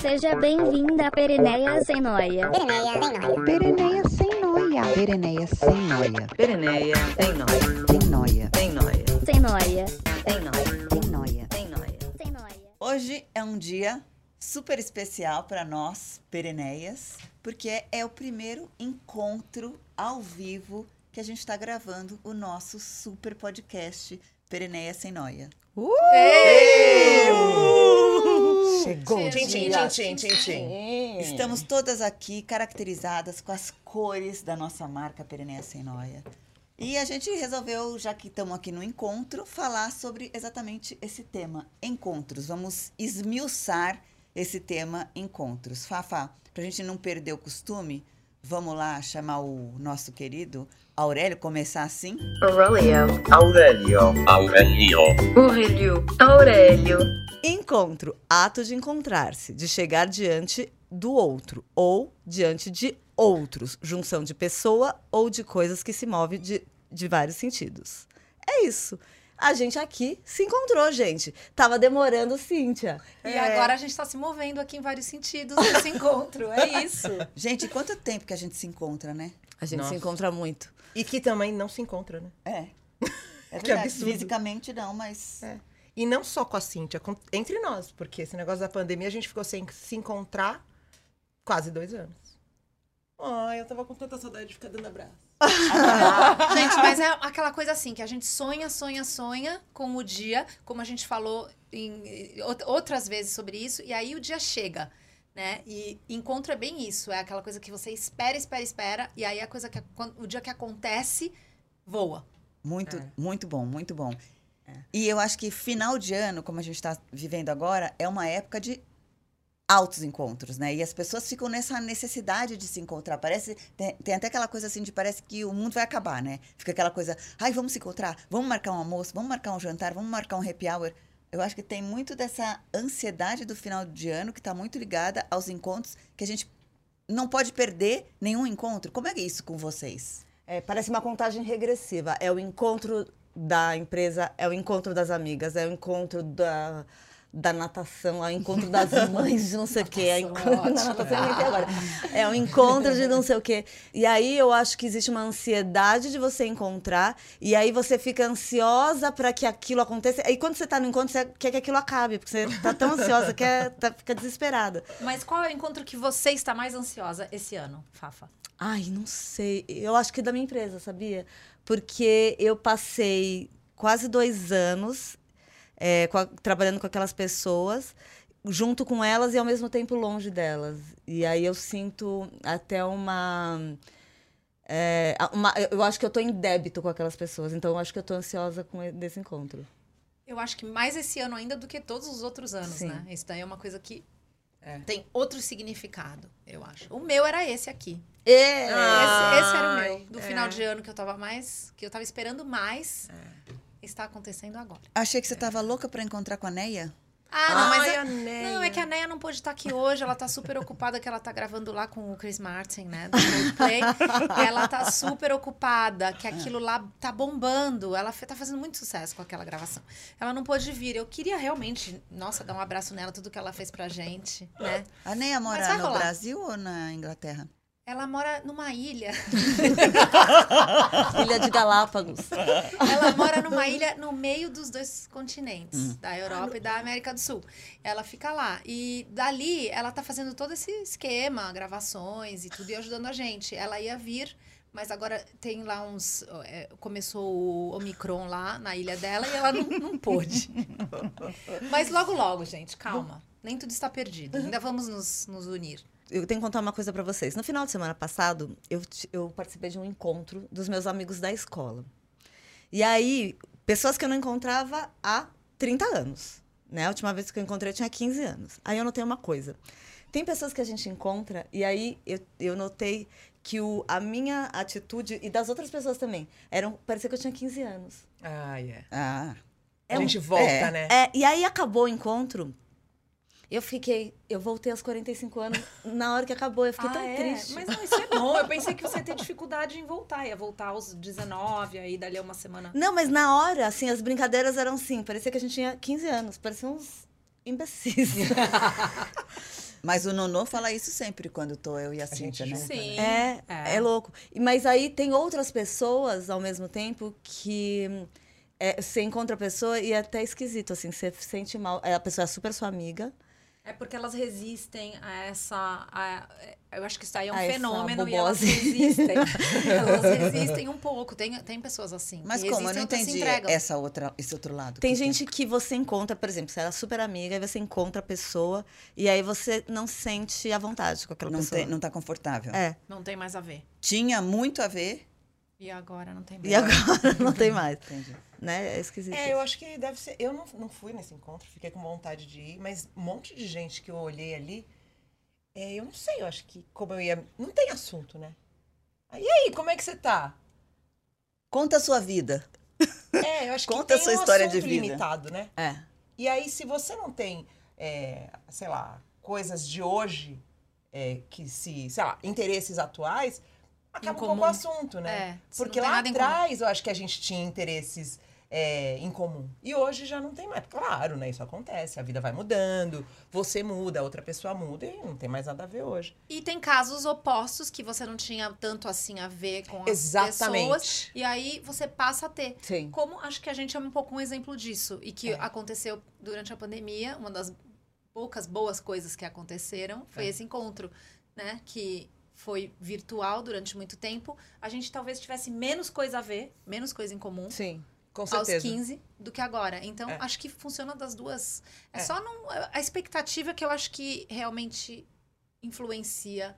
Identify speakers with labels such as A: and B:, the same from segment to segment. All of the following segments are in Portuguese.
A: Seja bem-vinda a Pereneia Sem Noia.
B: Pereneia sem noia.
C: Pereneia sem noia. Pereneia sem noia.
D: Pereneia tem noia,
C: Sem noia.
D: tem noia,
A: Sem Noia.
D: tem noia,
C: Sem noia.
D: tem noia.
A: Sem Noia.
D: Hoje é um dia super especial para nós, pereneias, porque é o primeiro encontro ao vivo que a gente está gravando o nosso super podcast Pereneia Sem Noia.
C: Chegou.
E: Tchim, tchim, tchim, tchim, tchim, tchim.
D: Estamos todas aqui caracterizadas com as cores da nossa marca Pereneia Sem Noia. E a gente resolveu, já que estamos aqui no encontro, falar sobre exatamente esse tema, encontros. Vamos esmiuçar esse tema, encontros. Fafá, para a gente não perder o costume, vamos lá chamar o nosso querido Aurélio, começar assim?
E: Aurelio.
F: Aurelio. Aurelio.
E: Aurelio. Aurelio.
D: Encontro, ato de encontrar-se, de chegar diante do outro ou diante de outros, junção de pessoa ou de coisas que se move de, de vários sentidos. É isso. A gente aqui se encontrou, gente. Tava demorando, Cíntia.
G: E agora a gente está se movendo aqui em vários sentidos nesse encontro. É isso.
D: Gente, quanto tempo que a gente se encontra, né?
E: A gente
H: Nossa.
E: se encontra muito.
H: E que também não se encontra, né?
D: É. É
H: Que
D: verdade.
H: absurdo.
D: Fisicamente não, mas
H: É. E não só com a Cíntia, com- entre nós, porque esse negócio da pandemia a gente ficou sem se encontrar quase dois anos. Ai, eu tava com tanta saudade de ficar dando abraço.
G: Gente, mas é aquela coisa assim, que a gente sonha, sonha, sonha com o dia, como a gente falou em out- outras vezes sobre isso, e aí o dia chega, né? E encontro é bem isso, é aquela coisa que você espera, espera, espera, e aí a coisa que, quando- o dia que acontece, voa.
D: Muito, muito bom, muito bom. E eu acho que final de ano, como a gente está vivendo agora, é uma época de altos encontros, né? E as pessoas ficam nessa necessidade de se encontrar. Parece tem, tem até aquela coisa assim de parece que o mundo vai acabar, né? Fica aquela coisa, ai, vamos se encontrar, vamos marcar um almoço, vamos marcar um jantar, vamos marcar um happy hour. Eu acho que tem muito dessa ansiedade do final de ano que está muito ligada aos encontros que a gente não pode perder nenhum encontro. Como é isso com vocês?
I: É, parece uma contagem regressiva. É o encontro da empresa, é o encontro das amigas, é o encontro da, da natação, é o encontro das mães de não sei o quê. É, o
G: Natação é
I: encontro-
G: ótimo.
I: da natação eu inventei agora. é o encontro de não sei o quê. E aí eu acho que existe uma ansiedade de você encontrar, e aí você fica ansiosa para que aquilo aconteça. E quando você tá no encontro, você quer que aquilo acabe, porque você tá tão ansiosa que é- tá- fica desesperada.
G: Mas qual é o encontro que você está mais ansiosa esse ano, Fafa?
I: Ai, não sei. Eu acho que é da minha empresa, sabia? Porque eu passei quase dois anos é, com a- trabalhando com aquelas pessoas, junto com elas e ao mesmo tempo longe delas. E aí eu sinto até uma. é, a- uma- eu- eu acho que eu tô em débito com aquelas pessoas, então eu acho que eu tô ansiosa com e- desse encontro.
G: Eu acho que mais esse ano ainda do que todos os outros anos,
I: Sim.
G: né? Isso daí é uma coisa que tem outro significado, eu acho. O meu era esse aqui. É,
I: Ah,
G: Esse, esse era o meu. Do final de ano que eu tava mais. Que eu tava esperando mais. Está acontecendo agora.
D: Achei que você tava louca pra encontrar com a Neia.
G: Ah, não, mas.
H: Ai,
G: é-
H: a Neia.
G: Não, é que a Neia não pôde estar aqui hoje, ela tá super ocupada que ela tá gravando lá com o Chris Martin, né, do Coldplay. ela tá super ocupada, que aquilo lá tá bombando, ela fe- tá fazendo muito sucesso com aquela gravação. Ela não pôde vir, eu queria realmente, nossa, dar um abraço nela, tudo que ela fez pra gente, né.
D: A Neia mora
G: vai
D: no
G: rolar.
D: Brasil ou na Inglaterra?
G: Ela mora numa ilha,
I: Ilha é de Galápagos.
G: ela mora numa ilha no meio dos dois continentes,
I: Hum.
G: da
I: Ah,
G: Europa e da América do Sul. Ela fica lá. E dali, ela tá fazendo todo esse esquema, gravações e tudo, e ajudando a gente. Ela ia vir, mas agora tem lá uns. é, começou o Omicron lá na ilha dela e ela não, não pôde. mas logo, logo, gente, calma. Nem tudo está perdido. Ainda vamos nos, nos unir.
I: eu tenho que contar uma coisa pra vocês. No final de semana passado, eu, ti- eu participei de um encontro dos meus amigos da escola. E aí, pessoas que eu não encontrava há 30 anos. Né? A última vez que eu encontrei, eu tinha 15 anos. Aí eu notei uma coisa. Tem pessoas que a gente encontra, e aí eu, eu notei que o, a minha atitude, e das outras pessoas também, eram, parecia que eu tinha 15 anos.
H: Ai, é.
D: Ah,
H: a gente volta,
D: é.
H: né?
I: É, e aí acabou o encontro. Eu fiquei, eu voltei aos 45 anos na hora que acabou, eu
G: Ah,
I: fiquei tão
G: é?
I: triste.
G: Mas não, isso é bom. Eu pensei que você ia ter dificuldade em voltar. Ia voltar aos 19, aí dali a uma semana.
I: Não, mas na hora, assim, as brincadeiras eram assim. Parecia que a gente tinha 15 anos. Parecia uns imbecis.
D: Mas o Nonô fala isso sempre quando tô eu e a, Cíntia,
H: gente
D: né?
H: junta.
G: Sim.
I: É, é, louco. E- Mas aí tem outras pessoas ao mesmo tempo que hum, é, você encontra a pessoa e é até esquisito, assim, você sente mal. É, A pessoa é super sua amiga.
G: É porque elas resistem a essa. a- eu acho que isso aí é um
I: A essa
G: fenômeno e elas
I: bobose.
G: resistem. elas resistem um pouco. Tem, tem pessoas assim.
D: Mas
G: que
D: como? Eu
G: resistem
D: não
G: outras se
D: entendi
G: entregam.
D: essa outra, esse outro lado.
I: Tem
D: que
I: gente que você encontra, por exemplo, você era super amiga, aí você encontra a pessoa e aí você não sente à vontade com aquela
D: não,
I: pessoa.
D: tem, não tá confortável.
I: É.
G: Não tem mais a ver.
D: Tinha muito a ver.
G: E agora não tem mais.
I: E agora não tem mais,
D: Entendi.
I: né? É esquisito.
H: É, eu acho que deve ser. Eu não, não fui nesse encontro, fiquei com vontade de ir, mas um monte de gente que eu olhei ali, é, eu não sei, eu acho que como eu ia. Não tem assunto, né? Aí, E aí, como é que você tá?
D: Conta a sua vida.
H: É, eu acho que
D: Conta
H: tem
D: a sua
H: um
D: história
H: assunto
D: de vida.
H: limitado, né?
I: É.
H: E aí, se você não tem, é, sei lá, coisas de hoje, é, que se, sei lá, interesses atuais, acaba um pouco
G: comum.
H: o assunto, né?
G: É, se não
H: Porque
G: tem
H: lá
G: nada em comum.
H: atrás eu acho que a gente tinha interesses é, em comum. E hoje já não tem mais. Claro, né? Isso acontece, a vida vai mudando, você muda, a outra pessoa muda e não tem mais nada a ver hoje.
G: E tem casos opostos que você não tinha tanto assim a ver com as pessoas. E aí você passa a ter.
I: Sim.
G: Como acho que a gente é um pouco um exemplo disso e que aconteceu durante a pandemia, uma das poucas boas coisas que aconteceram foi
H: É.
G: esse encontro, né? Que foi virtual durante muito tempo. A gente talvez tivesse menos coisa a ver, menos coisa em comum
I: Sim.
H: Com
G: aos
H: certeza.
G: 15 do que agora. Então,
H: É.
G: acho que funciona das duas. É,
H: É.
G: só não, a expectativa é que eu acho que realmente influencia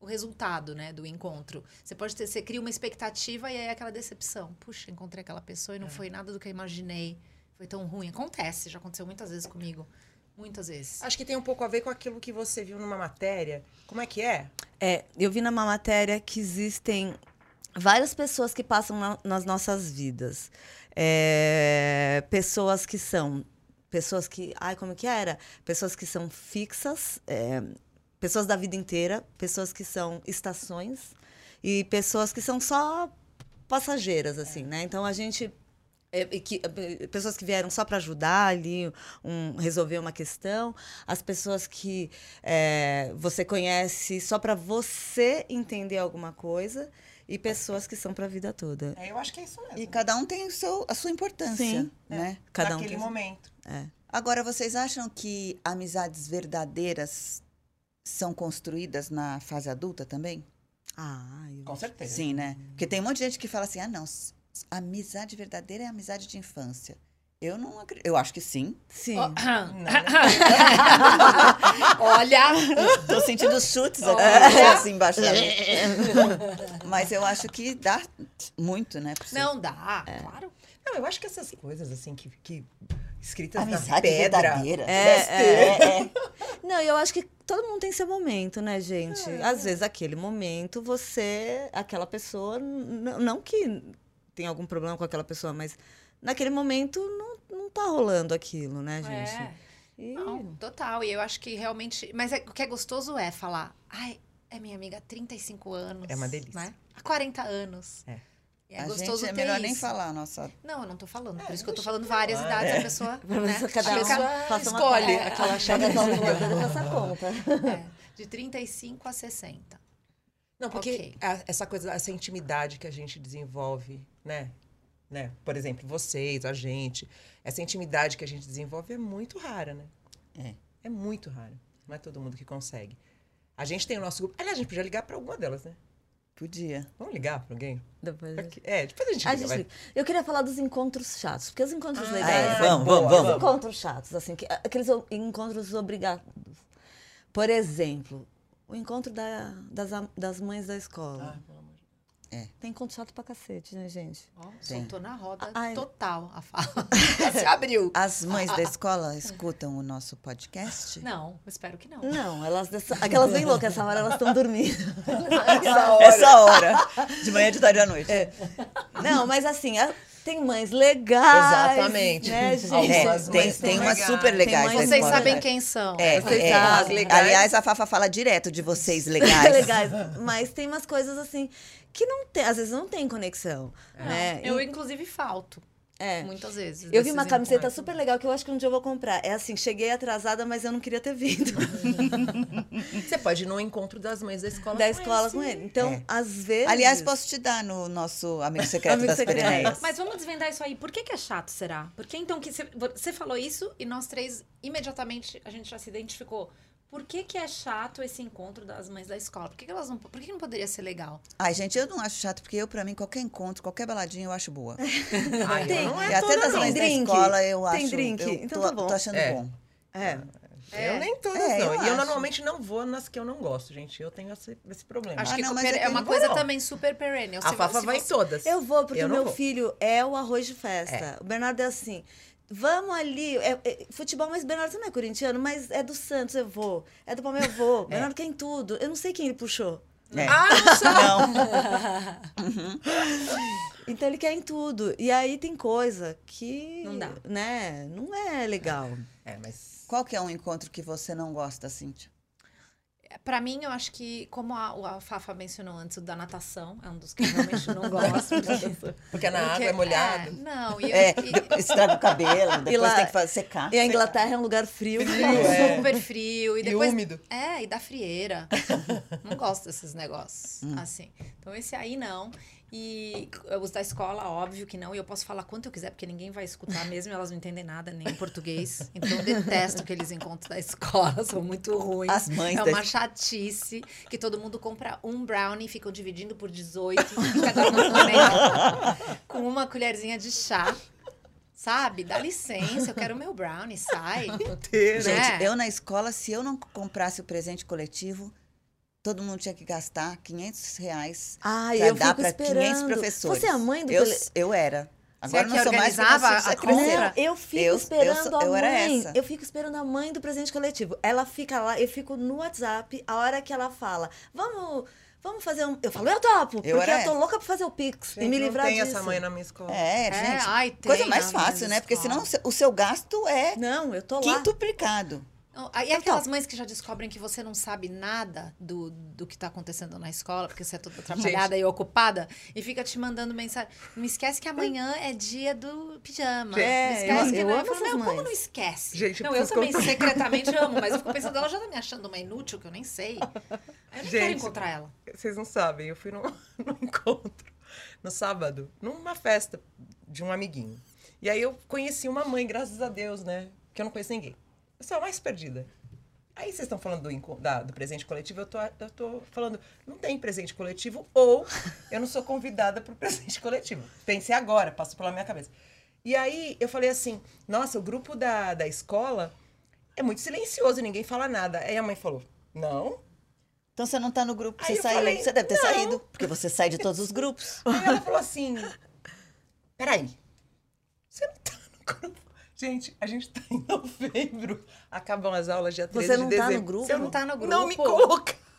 G: o resultado, né, do encontro. Você pode ter, você cria uma expectativa e aí é aquela decepção. Puxa, encontrei aquela pessoa e não
H: É.
G: foi nada do que eu imaginei. Foi tão ruim. Acontece, já aconteceu muitas vezes comigo. Muitas vezes.
H: Acho que tem um pouco a ver com aquilo que você viu numa matéria. Como é que é?
I: É, eu vi numa matéria que existem várias pessoas que passam na- nas nossas vidas. É, pessoas que são. Pessoas que. Ai, como que era? Pessoas que são fixas, é, pessoas da vida inteira, pessoas que são estações e pessoas que são só passageiras, assim, né? Então a gente. é, e que- é, pessoas que vieram só para ajudar ali, um, resolver uma questão, as pessoas que é, você conhece só para você entender alguma coisa e pessoas que são para a vida toda.
H: É, eu acho que é isso mesmo.
D: E cada um tem o seu, a sua importância,
I: Sim.
D: né?
I: Cada um
H: naquele
I: tem...
H: momento.
D: Agora, vocês acham que amizades verdadeiras são construídas na fase adulta também?
I: Ah, eu...
H: Com certeza.
D: Sim, né? Porque tem um monte de gente que fala assim: ah, não, s- amizade verdadeira é amizade de infância. Eu não acredito. Eu acho que sim.
I: Sim.
G: Ó,
H: Não, né?
G: Olha,
D: Tô sentindo chutes
I: né?
D: aqui,
H: É.
D: assim, embaixo da mesa. Mas eu acho que dá muito, né? pra você-
G: não dá, claro.
H: Não, eu acho que essas coisas, assim, que, que escritas na
D: Amizade
H: tá pedra.
D: verdadeira.
I: É, é, é. Não, eu acho que todo mundo tem seu momento, né, gente?
G: É,
I: Às vezes, aquele momento, você, aquela pessoa, n- não que tem algum problema com aquela pessoa, mas naquele momento não, não tá rolando aquilo, né, gente?
G: É.
I: E-
G: Não, total. E eu acho que realmente. Mas é- o que é gostoso é falar. Ai, é minha amiga há 35 anos.
H: É uma delícia.
G: Né? Há 40 anos.
H: É.
G: E é
D: a
G: gostoso
D: gente é
G: ter
D: melhor nem
G: isso.
D: falar a nossa
G: Não, eu não tô falando.
H: É,
G: Por isso que eu tô
H: deixa
G: falando várias
H: lá.
G: idades.
H: É.
G: A pessoa.
I: Pra
G: né?
I: você, cada
G: Fica-
I: um faça uma
G: escolhe.
I: conta, aquela chave da sua conta, essa conta.
G: É, de 35 a 60.
H: Não, porque
G: Ok.
H: a- essa coisa, essa intimidade que a gente desenvolve, né? né? Por exemplo, vocês, a gente. Essa intimidade que a gente desenvolve é muito rara, né?
D: É.
H: É muito rara. Não é todo mundo que consegue. A gente tem o nosso grupo. Aliás, a gente podia ligar pra alguma delas, né?
D: podia.
H: Vamos ligar pra alguém?
I: Depois
H: Pra que- É, depois a gente
I: A
H: liga. vai.
I: gente- eu queria falar dos encontros chatos, porque os encontros
H: Ah,
I: legais.
H: é, vamos, vamos,
I: Os
H: vamos.
I: encontros chatos, assim, que- aqueles o- encontros obrigados. Por exemplo, o encontro da- das, am- das mães da escola. É.
H: Ah, pelo amor de
I: Tem encontro chato pra cacete, né, gente?
G: Ó,
D: Sim.
G: soltou na roda
I: Ai.
G: total a fala. Se abriu.
D: As mães da escola escutam o nosso podcast?
G: Não, espero que não.
I: Não, elas dessa- aquelas bem loucas, essa hora elas estão dormindo.
D: Essa hora. De manhã, de tarde à noite.
G: É.
I: Não, mas assim, a- tem mães legais.
H: Exatamente.
I: Né, gente?
D: É,
H: Algumas
D: tem,
H: mães
D: tem
H: são
D: umas
H: legais.
D: super legais.
I: Tem
D: da
I: mães
G: Vocês
D: escola.
G: sabem quem são.
D: É,
I: Vocês
D: é.
I: sabem.
H: Legais.
D: Aliás, a Fafa fala direto de vocês
I: super
D: legais.
I: legais. Mas tem umas
H: É.
I: coisas assim que não tem, às vezes não tem conexão. Né?
G: Eu, inclusive, falto.
I: É.
G: Muitas vezes.
I: Eu vi
G: desses
I: uma camiseta
G: encontros.
I: super legal que eu acho que um dia eu vou comprar. É assim, cheguei atrasada, mas eu não queria ter vindo
H: Você pode ir no encontro das mães da escola.
I: da
H: com
I: escola
H: esse.
I: com ele. Então,
D: É.
I: às vezes.
D: Aliás, posso te dar no nosso amigo secreto
I: Amigo
D: das
I: secreto.
D: Pireneias.
G: Mas vamos desvendar isso aí. Por que, que é chato, será? Por que então que cê- você falou isso e nós três imediatamente a gente já se identificou? Por que, que é chato esse encontro das mães da escola? Por que, que elas não. Por que, que não poderia ser legal?
D: Ai, gente, eu não acho chato, porque eu, pra mim, qualquer encontro, qualquer baladinha, eu acho boa.
I: É,
H: Ai,
I: Tem.
H: eu não
D: E
H: é
D: até
H: toda,
D: das
H: não.
D: mães da
I: tá Drink.
D: escola, eu acho.
I: Tem drink.
D: eu
I: Então
D: tô,
I: tá bom.
D: tô achando
H: É.
D: bom.
I: É.
H: Eu nem todas,
D: É,
H: não.
D: eu
H: e eu
D: acho.
H: normalmente não vou nas que eu não gosto, gente. Eu tenho esse, esse problema.
G: Acho
D: Ah,
G: que
D: não, mas
G: per-
D: eu
G: é uma
D: tenho-
G: coisa
H: Não.
G: também super perennial.
H: a
G: Se
H: Fafa
G: você-
H: vai em todas.
I: Eu vou, porque
H: Eu
I: o
H: não
I: meu
H: vou.
I: filho é o arroz de festa. O Bernardo é assim. Vamos ali. é- é futebol, mas Bernardo não é corintiano, mas é do Santos, eu vou. É do Palmeiras, eu vou. Bernardo quer em tudo. Eu não sei quem ele puxou.
D: É.
H: Ah, não sei.
I: Então ele quer em tudo. E aí tem coisa que.
G: Não dá.
I: Né? Não é legal.
H: É, mas...
D: Qual que é um encontro que você não gosta, Cíntia?
G: Pra mim, eu acho que, como a, a Fafa mencionou antes, o da natação é um dos que eu realmente não gosto. porque-
H: Porque na
G: porque-
H: água é molhado.
G: é, não, e,
D: É,
G: e-
D: estraga o cabelo, depois
I: lá-
D: tem que fazer, secar.
I: E a Inglaterra é um lugar frio.
H: É.
G: super frio. E
H: E
G: depois.
H: úmido.
G: É, e da frieira. não gosto desses negócios.
D: Hum.
G: Assim. Então, esse aí não. E os da escola, óbvio que não. E eu posso falar quanto eu quiser, porque ninguém vai escutar mesmo. Elas não entendem nada, nem em português. Então, eu detesto aqueles encontros da escola. São muito ruins.
D: As mães
G: É
D: da
G: uma chatice que todo mundo compra um brownie, ficam dividindo por 18, cada um na colher, com uma colherzinha de chá. Sabe? Dá licença, eu quero meu brownie, sai.
D: Gente,
G: né?
D: eu na escola, se eu não comprasse o presente coletivo, todo mundo tinha que gastar 500 reais
I: Ai,
D: pra
I: eu
D: dar
I: fico
D: pra 500
I: esperando.
D: professores.
I: Você é a mãe do
D: eu,
I: tele-
D: eu era. Agora
G: é
D: não
G: que
D: sou mais porque
G: organizava
D: vocês
G: a
D: já cresceram.
I: Não, eu fico
D: Eu- eu
I: esperando
D: sou- eu
I: a
D: era
I: mãe.
D: essa.
I: Eu fico esperando a mãe do presente coletivo. Ela fica lá, eu fico no WhatsApp, a hora que ela fala, vamos, vamos fazer um. Eu falo, eu topo,
D: Eu
I: porque
D: era
I: eu tô
D: essa.
I: louca pra fazer o Pix
H: Gente,
I: e me
H: não
I: livrar
H: tem
I: disso.
H: essa mãe na minha escola.
D: É,
G: É,
D: gente.
G: ai, tem
D: coisa
G: na
D: mais
G: minha
D: fácil, né? Porque
G: escola.
D: senão o seu- o seu gasto é
I: Não, eu tô lá.
D: quintuplicado.
G: Não,
H: Então.
G: Aí aquelas mães que já descobrem que você não sabe nada do, do que tá acontecendo na escola, porque você é toda atrapalhada e ocupada, e fica te mandando mensagem. Não esquece que amanhã é dia do pijama.
I: É,
G: não esquece
I: eu-
G: que
I: eu
G: não.
I: amo
G: falo,
I: essas
G: não, como
I: mães.
G: não esquece?
H: Gente, eu
G: não, eu
H: preciso
G: também
H: contar.
G: secretamente amo, mas eu fico pensando, ela já tá me achando uma inútil que eu nem sei. Aí Eu nem quero
H: Gente.
G: encontrar ela.
H: Vocês não sabem, eu fui num, num encontro no sábado, numa festa de um amiguinho. E aí eu conheci uma mãe, graças a Deus, né? Porque eu não conheço ninguém. Eu sou a mais perdida. Aí vocês estão falando do, enco- da- do presente coletivo, eu tô, eu tô falando, não tem presente coletivo ou eu não sou convidada pro presente coletivo. Pensei agora, passou pela minha cabeça. E aí eu falei assim, nossa, o grupo da, da escola é muito silencioso, ninguém fala nada. Aí a mãe falou, não,
D: Então você não tá no grupo,
H: Aí
D: você
H: eu
D: saiu.
H: falei,
D: você deve ter
H: não.
D: saído, porque você
I: É
D: sai de todos os grupos.
H: Aí ela falou assim: Peraí, você não tá no grupo. Gente, a gente tá em novembro. Acabam as aulas dia 13
I: Você
H: de
I: não tá
H: dezembro.
I: no grupo?
H: Você
G: não tá no grupo?
H: Não me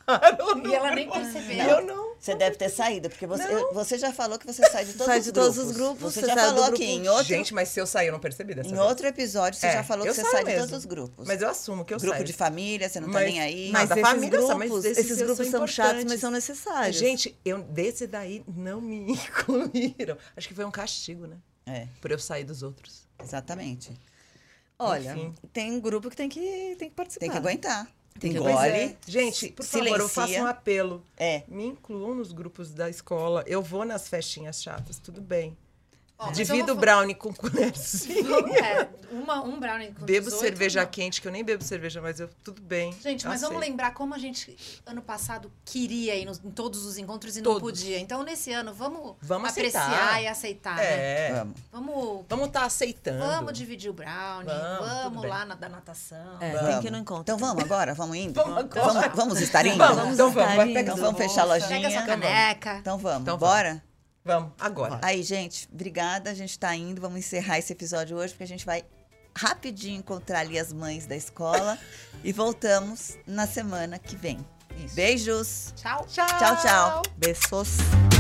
H: colocaram no
G: E ela nem
H: grupo.
G: percebeu.
H: Eu não.
D: Você deve ter saído, porque você,
H: Não.
D: eu- você já falou que você sai de todos,
I: Sai
D: os,
I: de
D: grupos.
I: todos os grupos,
D: Você,
I: você
D: já
I: sai do
D: falou
I: grupo.
D: aqui em outro,
H: Gente, mas se eu sair, eu não percebi dessa
D: em
H: vez.
D: outro episódio, você
H: É,
D: já falou
H: eu
D: que você
H: saio
D: sai de
H: mesmo.
D: todos os grupos.
H: Mas eu assumo que eu
D: grupo
H: saio.
D: de família, você não tá
H: Mas-
D: nem aí.
H: mas-
I: Mas
H: da
I: esses
H: família, nossa, mas
I: grupos,
H: esses
I: esses
H: são
I: grupos são chatos, mas
H: importantes.
I: são necessários.
H: Gente, eu, desse daí não me incluíram. Acho que foi um castigo, né?
D: É,
H: Por eu sair dos outros.
D: exatamente.
I: olha,
H: enfim.
I: tem um grupo que tem que, tem que participar.
D: Tem que aguentar.
I: Tem que
D: Engole.
H: Mas é, gente, por favor, eu faço
D: silencia.
H: um apelo.
D: É.
H: Me incluam nos grupos da escola. Eu vou nas festinhas chatas, tudo bem.
G: Ó, mas eu
H: Divido
G: vou
H: o
G: fa-
H: brownie com colherzinha.
G: É, uma, um brownie com
H: Bebo
G: 18,
H: cerveja
G: não.
H: quente, que eu nem bebo cerveja, mas eu tudo bem.
G: Gente, mas vamos
H: aceito.
G: lembrar como a gente, ano passado, queria ir nos- em todos os encontros e não
H: Todos.
G: podia. Então, nesse ano, vamos,
H: Vamos
G: apreciar
H: aceitar.
G: e aceitar. né?
H: É.
D: Vamos.
G: Vamos,
H: Vamos estar aceitando.
G: vamos dividir o brownie,
H: Vamos,
G: vamos,
H: tudo bem.
G: lá na da natação.
I: É, tem
D: Vamos.
I: que ir no encontro.
D: Então vamos agora? Vamos indo?
H: Vamos agora.
D: Vamos, vamos estar indo?
H: Vamos, então
I: estar
H: vamos. Vai
I: indo.
H: pegar,
D: Então vamos fechar a lojinha.
G: Pega essa caneca.
D: Então vamos.
H: Então vamos.
D: Bora?
H: Vamos, agora.
D: Aí, gente, obrigada. A gente tá indo. Vamos encerrar esse episódio hoje, porque a gente vai rapidinho encontrar ali as mães da escola. e voltamos na semana que vem. Beijos.
G: Tchau.
D: Tchau, tchau.
I: Beijos.